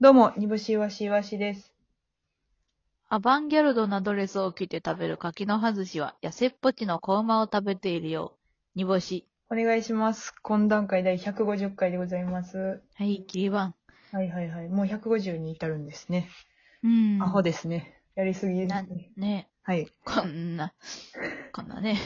どうも、煮干しわしわしです。アバンギャルドなドレスを着て食べる柿の葉寿司は、痩せっぽちの子馬を食べているよう。煮干し。お願いします。懇談会第150回でございます。はい、切り番。はいはいはい。もう150に至るんですね。うん。アホですね。やりすぎですなね。ねはい。こんな、こんなね、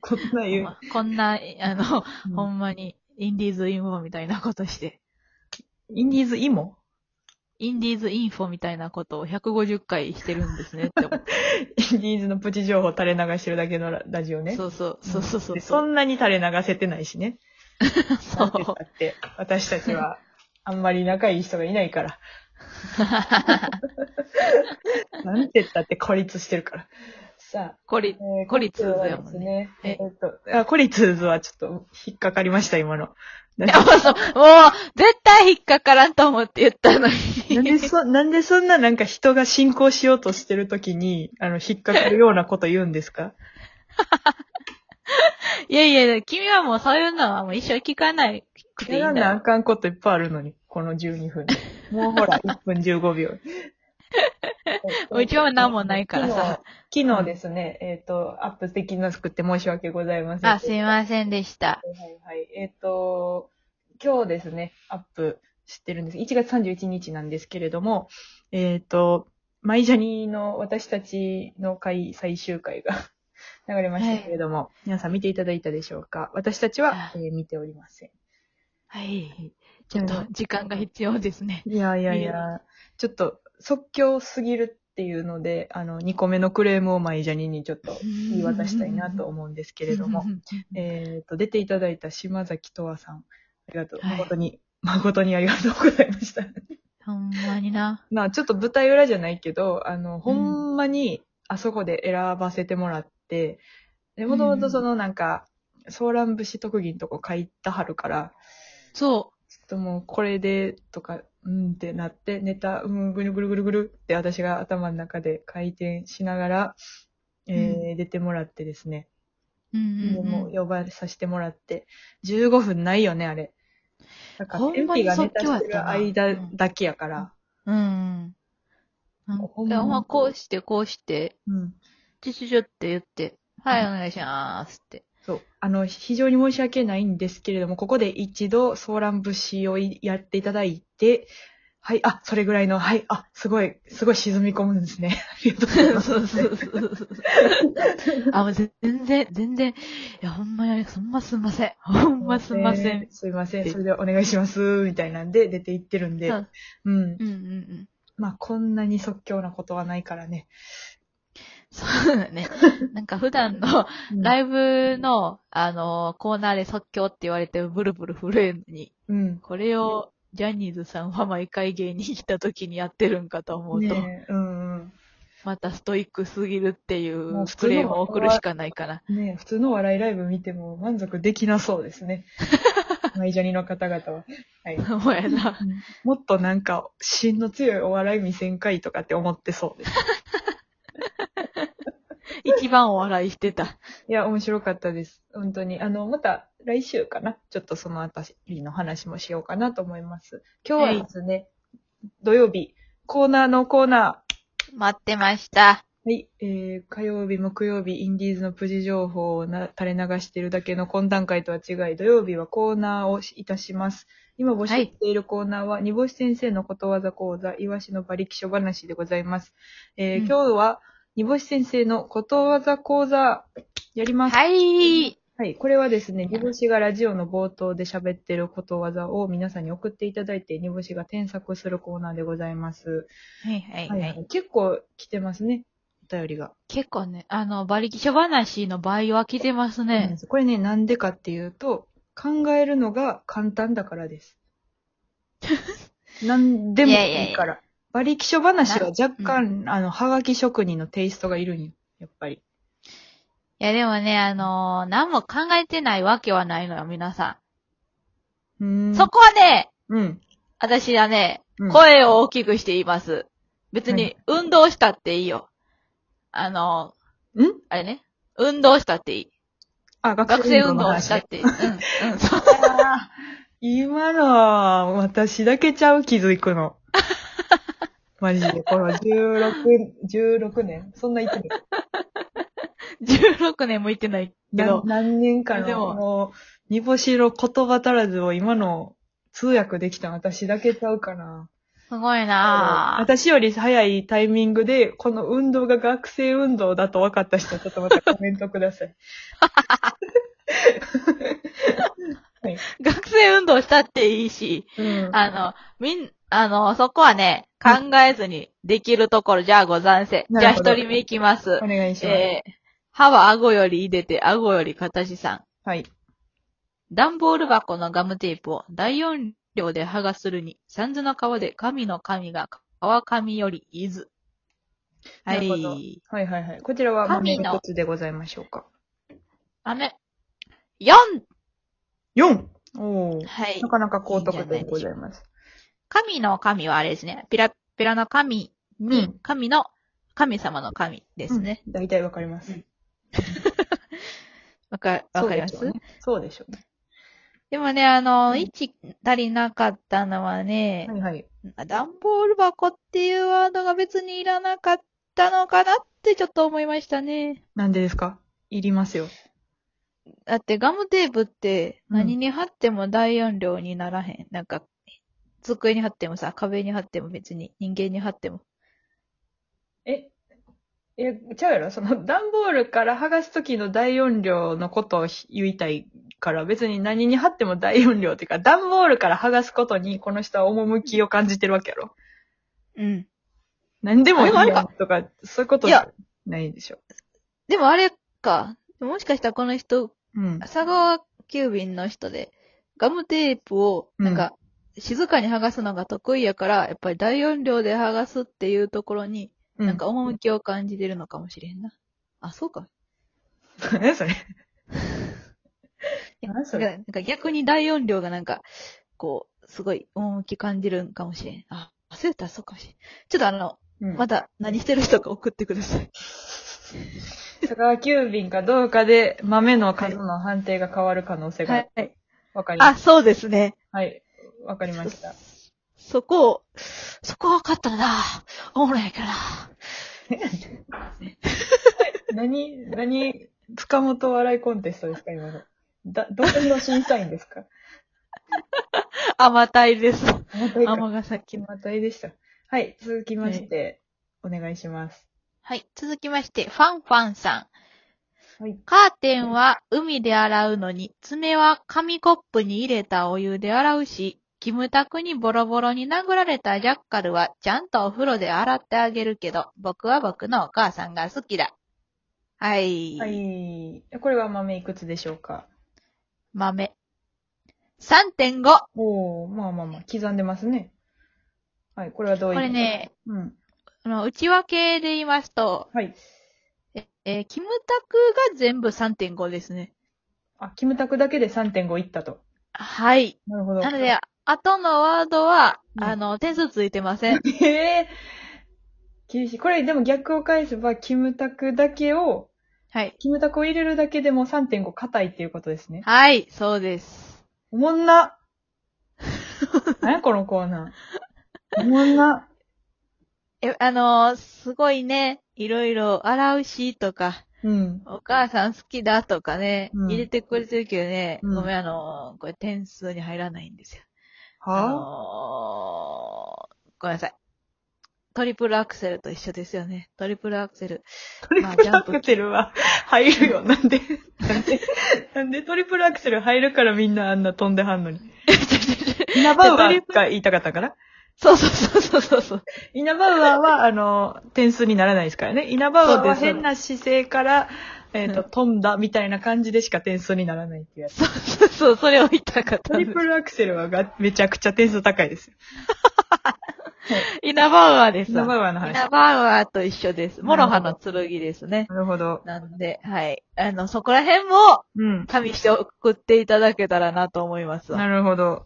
こんな 言う。こんな、あの、うんほんまに、インディーズインフォみたいなことして、インディーズイモインディーズインフォみたいなことを150回してるんですねって思って。インディーズのプチ情報垂れ流してるだけのララジオ ね。そうそう、そうそうそう。でそんなに垂れ流せてないしね。そなんて言っうた。って、私たち はあんまり仲いい人がいない から。なんて言ったって孤立してるから。さあ。これ、えーコリツーズやもんねコリツーズはですね。えはいーっと、あ、コリツーズはちょっと引っかかりました、 今の。なんあそうもう、絶対引っかからんと思って言ったのでなんでに。そ、なんでそんななんか人が進行しようとしてるときに、あの、引っかかるようなこと言うんです かいやいや、君はもうそういうのはもう一生聞かないくていいやらんなだあよ。かんこといっぱいあるのに、この12分で。 もうほら、1分15秒。もう一応何もないからさ昨日。昨日ですね、えーっと、アップできなくて申し訳ございません。あ、すいませんでした。はいはいはい。えっ、と、今日ですね、アップしてるんです。1月31日なんですけれども、えっ、と、マイジャニーの私たちの会最終回が 流れましたけれども、皆さん見ていただいたでしょうか私たちは、えー見ておりません。はい。 ちょっと時間が必要ですね。いやいやいいいや、ちょっと即興すぎるっていうので、あの、2個目のクレームをマイジャニーにちょっと言い渡したいなと思うんですけけれども、。えっ、と、出ていただいた島崎とわさん、ありがとう、はい誠に、誠にありがとうございました。ほんまにな。 まあ、ちょっと舞台裏じゃないけど、あの、ほんまに、あそこで選ばせてもらって、で、もともとそのなんか、ソーラン節特技のとこ書いたはるから、そちょっともうこれで、とか、うんってなって、ネタ、うん、ぐるぐるぐるぐるって私が頭の中で回転しながら、えー出てもらってですね。う。うんでうんうもん。呼ばれさせてもらって、15分ないよね、あれ。なんか、ほエんンまピにがネ即タ興やっしてたるな間だけやから。うん。なんほんまか、ほんまこうして、こうして、うん。ちょちょちょって言って、はい、お願いします って。そう。あの、非常に申し訳ないんですけれども、ここで一度、ソーラン節をいやっていただいて、はい、あ、それぐらいの、はい、あ、すごい、すごい沈み込むんですね。 ありがとうございます。そうそうそうそう。あ、もう全然、全然、いや、ほんまや、ほんますんません。ほんますんませんえー。すいません。それでお願いします、みたいなんで出て行ってるんでそ。ううん。うんうんうん。まあ、こんなに即興なことはないからね。そうだ ね。なんか普段のライイブの、あのコーナーで即興って言われてブルブル震えるのに、ブ。うん。これをジャニーズさんは毎回芸人来た時にやってるんかと思うと、ねえうんうん。またストイックすぎるっていうもう普通クのレームを送るしかないから。ねえ普通のお笑いライブ見ても満足できなそうですね。マイジャニの方々は。はい。もうやな。もっとなんか、芯の強いお笑い見せんかいとかって思ってそうです。一番お笑いしてた。いや、面白かったです。本当に。あの、また来週かな。ちょっとそのあたりの話もしようかなと思います。今日はですね、土曜日、コーナーのコーナ待ってました。ー。はい。えー、火曜日、木曜日、インディーズのプチ情報をな垂れ流してるだけの懇談会とは違い、土曜日はコーナーをいたします。今募集しているコーナーは、煮干し先生のことわざ講座、イワシの馬力書話でございます。えーうん今日は、煮干し先生のことわざ講座、やります。はい。はい。これはですね、煮干しがラジオの冒頭で喋ってることわざを皆さんに送っていただいて、煮干しが添削するコーナーでございます。はいはいはい、ははいい。。結構来てますね、お便りが。結構ね、あの、馬力書話の場合は来てますね。これね、なんでかっていうと、考えるのが簡単だから です。なんでもいいから。馬力書話は若干、あの、はがき職人のテイストがいるんよ。やっぱり。いやでもね、あのー何も考えてないわけはないのよ、皆さ。うんんそこはね、うん。私はね、うん声を大きくして言います。別はに、運動したっていいよ。あのんーあれね、運動したっていい。あ、学生運動したねっていい。うん、 うん、そう。 あー今のは、私だけちゃう気づくの。マジで、この16、16年そんな言ってない。 16年も行ってないけなど、何年かの、でもこの、煮干しの言葉足らずを今の通訳できたの私だけちゃうかな。すごいなぁ。私より早いタイミングで、この運動が学生運動だと分かった人、ちょっとまたコメントくだ さい。学生運動したっていいし、うん。あの、みん、あの、そこはね、考えずにできるところじゃあござんせ。なじゃある一ほど人目いきますお。願いします。えー、歯は顎よりいでて、顎より形さん。はい。段ボール箱のガムテープを大音量で剥がするに、三途の川で神の神が川上より伊豆。はなるほどい。はいはいはい。こちらは豆神の一つでございましょうか。雨。四 4! おー。はいな。かなか高得いいんじゃない点でしょうございます。神の神はあれですね。ピラピラの神に、うん神の神様の神ですね。うん。大体わかります。わ、か、わかりますそうでしょうねそうでしょうね。でもね、あの、うん一足りなかったのはねは、いはい。段ボール箱っていうワードが別にいらなかったのかなってちょっと思いましたね。なんでですかいりますよ。だってガムテープって何に貼っても大音量にならへん。なんか、机に貼ってもさ、壁に貼っても別に、人間に貼っても。ええ、ちゃうやろその、段ボールから剥がすときの大音量のことを言いたいから、別に何に貼っても大音量っていうか、段ボールから剥がすことに、この人は趣を感じてるわけやろうん。何でもいいあれやはあんれとか、そういうこといじやゃないでしょ。でもあれか。もしかしたらこの人、うん。佐川急便の人で、ガムテープを、なんか、静かに剥がすのが得意やから、やっぱり大音量で剥がすっていうところに、うなんか、趣を感じてるのかもしれんな。あ、そうか。 何それ。いや何そなんれ。かなんか逆に大音量がなんか、こう、すごい趣感じるんかもしれん。あ、忘れた、そうかもしれん。ちょっとあの、うんまだ何してる人か送ってください。佐川急便かどうかで、豆の数の判定が変わる可能性はがい。はいわかりまあ、しそうですね。た。はい。わかりました。そこを、そこは分かったらな。おもろいから。何、何、塚本笑いコンテストですか今の。だ、どこの審査員ですか甘たいです。またいいか甘が先の。またいいでした。はい、続きまして、お願いします。はい。続きまして、ファンファンさん。はいカーテンは海で洗うのに、爪は紙コップに入れたお湯で洗うし、キムタクにボロボロに殴られたジャッカルはちゃんとお風呂で洗ってあげるけど、僕は僕のお母さんが好きだ。はい。はい。これは豆いくつでしょうか豆。3.5。おおまあまあまあ、刻んでますね。はい、これはどうこいうれ。ね、うん。あの、内訳で言いますと、はい。え、えーキムタクが全部3.5ですね。あ、キムタクだけで3.5いったと。はい。なるほど。なので、後のワードは、うんあの、点数ついてません。ええ厳しい。これでも逆を返せば、キムタクだけを、はい。キムタクを入れるだけでも3.5硬いっていうことですね。はい、そうです。おもん な。何やこのコーナー。おもんな。え、あのーすごいね、いろいろ、洗うしとか、うん。お母さん好きだとかね、うん入れてくれてるけどね、うんごめん、あのーこれ点数に入らないんですよ。あはのーごめんなさい。トリプルアクセルと一緒ですよね。トリプルアクセル。トリプルアクセルは入るよ。なんで、なんで、 なんでトリプルアクセル入るからみんなあんな飛んではんのに。稲葉ウアーが言いたかったから。そうそうそうそうそう。稲葉ウアーは、あの、点数にならないですからね。稲葉ウアーそうはですそうです変な姿勢から、えっ、と、うん飛んだみたいな感じでしか点数にならないっていうやつ。そうそうそう、それを言いたかっトたんリですプ。ルアクセルはがめちゃくちゃ点数高いですよ。稲葉ウアです稲わ。葉ウアーの話。稲葉ウアと一緒です。モロハの剣ですね。なるほど。なんで、はい。あの、そこら辺も、うん。加味して送っていただけたらなと思いますわ。なるほど。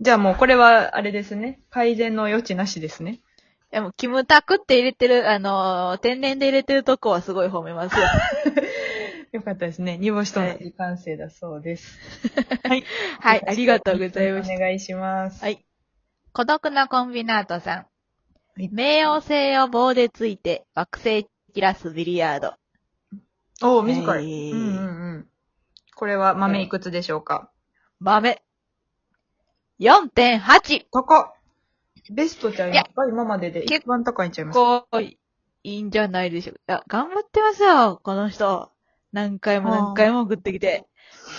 じゃあもうこれは、あれですね。改善の余地なしですね。でも、キムタクって入れてる、あのー天然で入れてるとこはすごい褒めますよ。よかったですね。煮干しと同じ感性だそうです。 はい、ありがとうございましおた。願いします。はい。孤独なコンビナートさん。はい冥王星を棒でついて惑星切らすビリヤード。おお、短い。はいうんうんうん。これは豆いくつでしょうか、豆。4.8! 高っベストちゃんいややっぱり今までで一番高いんちゃいますこう、いいんじゃないでしょうか。いや頑張ってますよ、この人。何回も何回も送ってきて。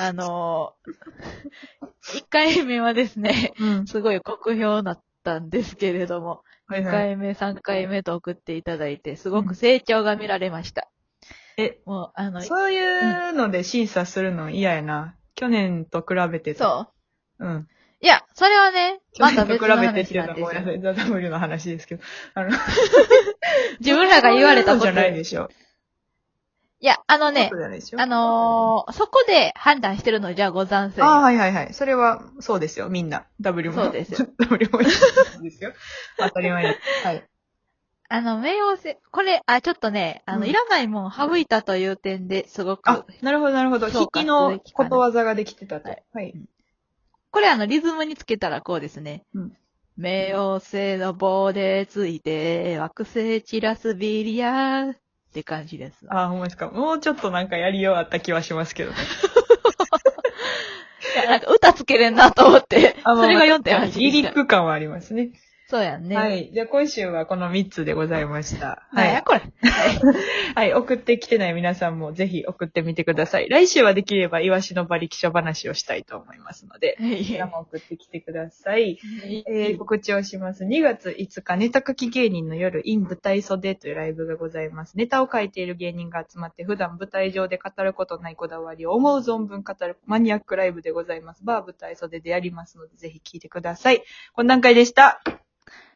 あのー、1回 目はですね、うん。すごい酷評だったんですけれども、はい2はい。回目、3回目と送っていただいて、すごく成長が見られました。え、もう、あの、そういうので審査するの嫌やな。去年と比べてそう。う。うん。いや、それはね、去また年と別比のべてって話いうなのんはもうですやよ。め、ダブルの話ですけど。あの、自分らが言われたこそと。ういうのじゃないいでしょ。や、あのねそう、じゃないでしょあのー、そこで判断してるのじゃござんせん。ああ、はいはいはい。それは、そうですよ、みんな。W も。そうですよ。 W もそうですよ。当たり前です。はい。あの、冥王星、これ、あ、ちょっとね、あうの、んいらないもん省いたという点ですごあく、、なるほどなるほど。そう引かきの続きかこなとわざができてたと。ははい。はい、これあの、リズムにつけたらこうですね。うん冥王星の棒でついて、惑星散らすビリヤーって感じです。ああ、ほんまですか。もうちょっとなんかやりようあった気はします けどね。いやなんか歌つけれんなと思って、あまあまあそれが4.8でした。リリック感はありますね。そうやんね。は。い。じゃあ今週はこの3つでございました。なはんやい。これ。はい。送ってきてない皆さんもぜひ送ってみてください。来週はできればイワシの馬力書話をしたいと思いますので、はいこちらも送ってきてください。えー告知をします。2月5日、ネタ書き芸人の夜、in 舞台袖というライブがございます。ネタを書いている芸人が集まって、普段舞台上で語ることないこだわりを思う存分語るマニアックライブでございます。バー舞台袖でやりますので、ぜひ聞いてください。この段階でした。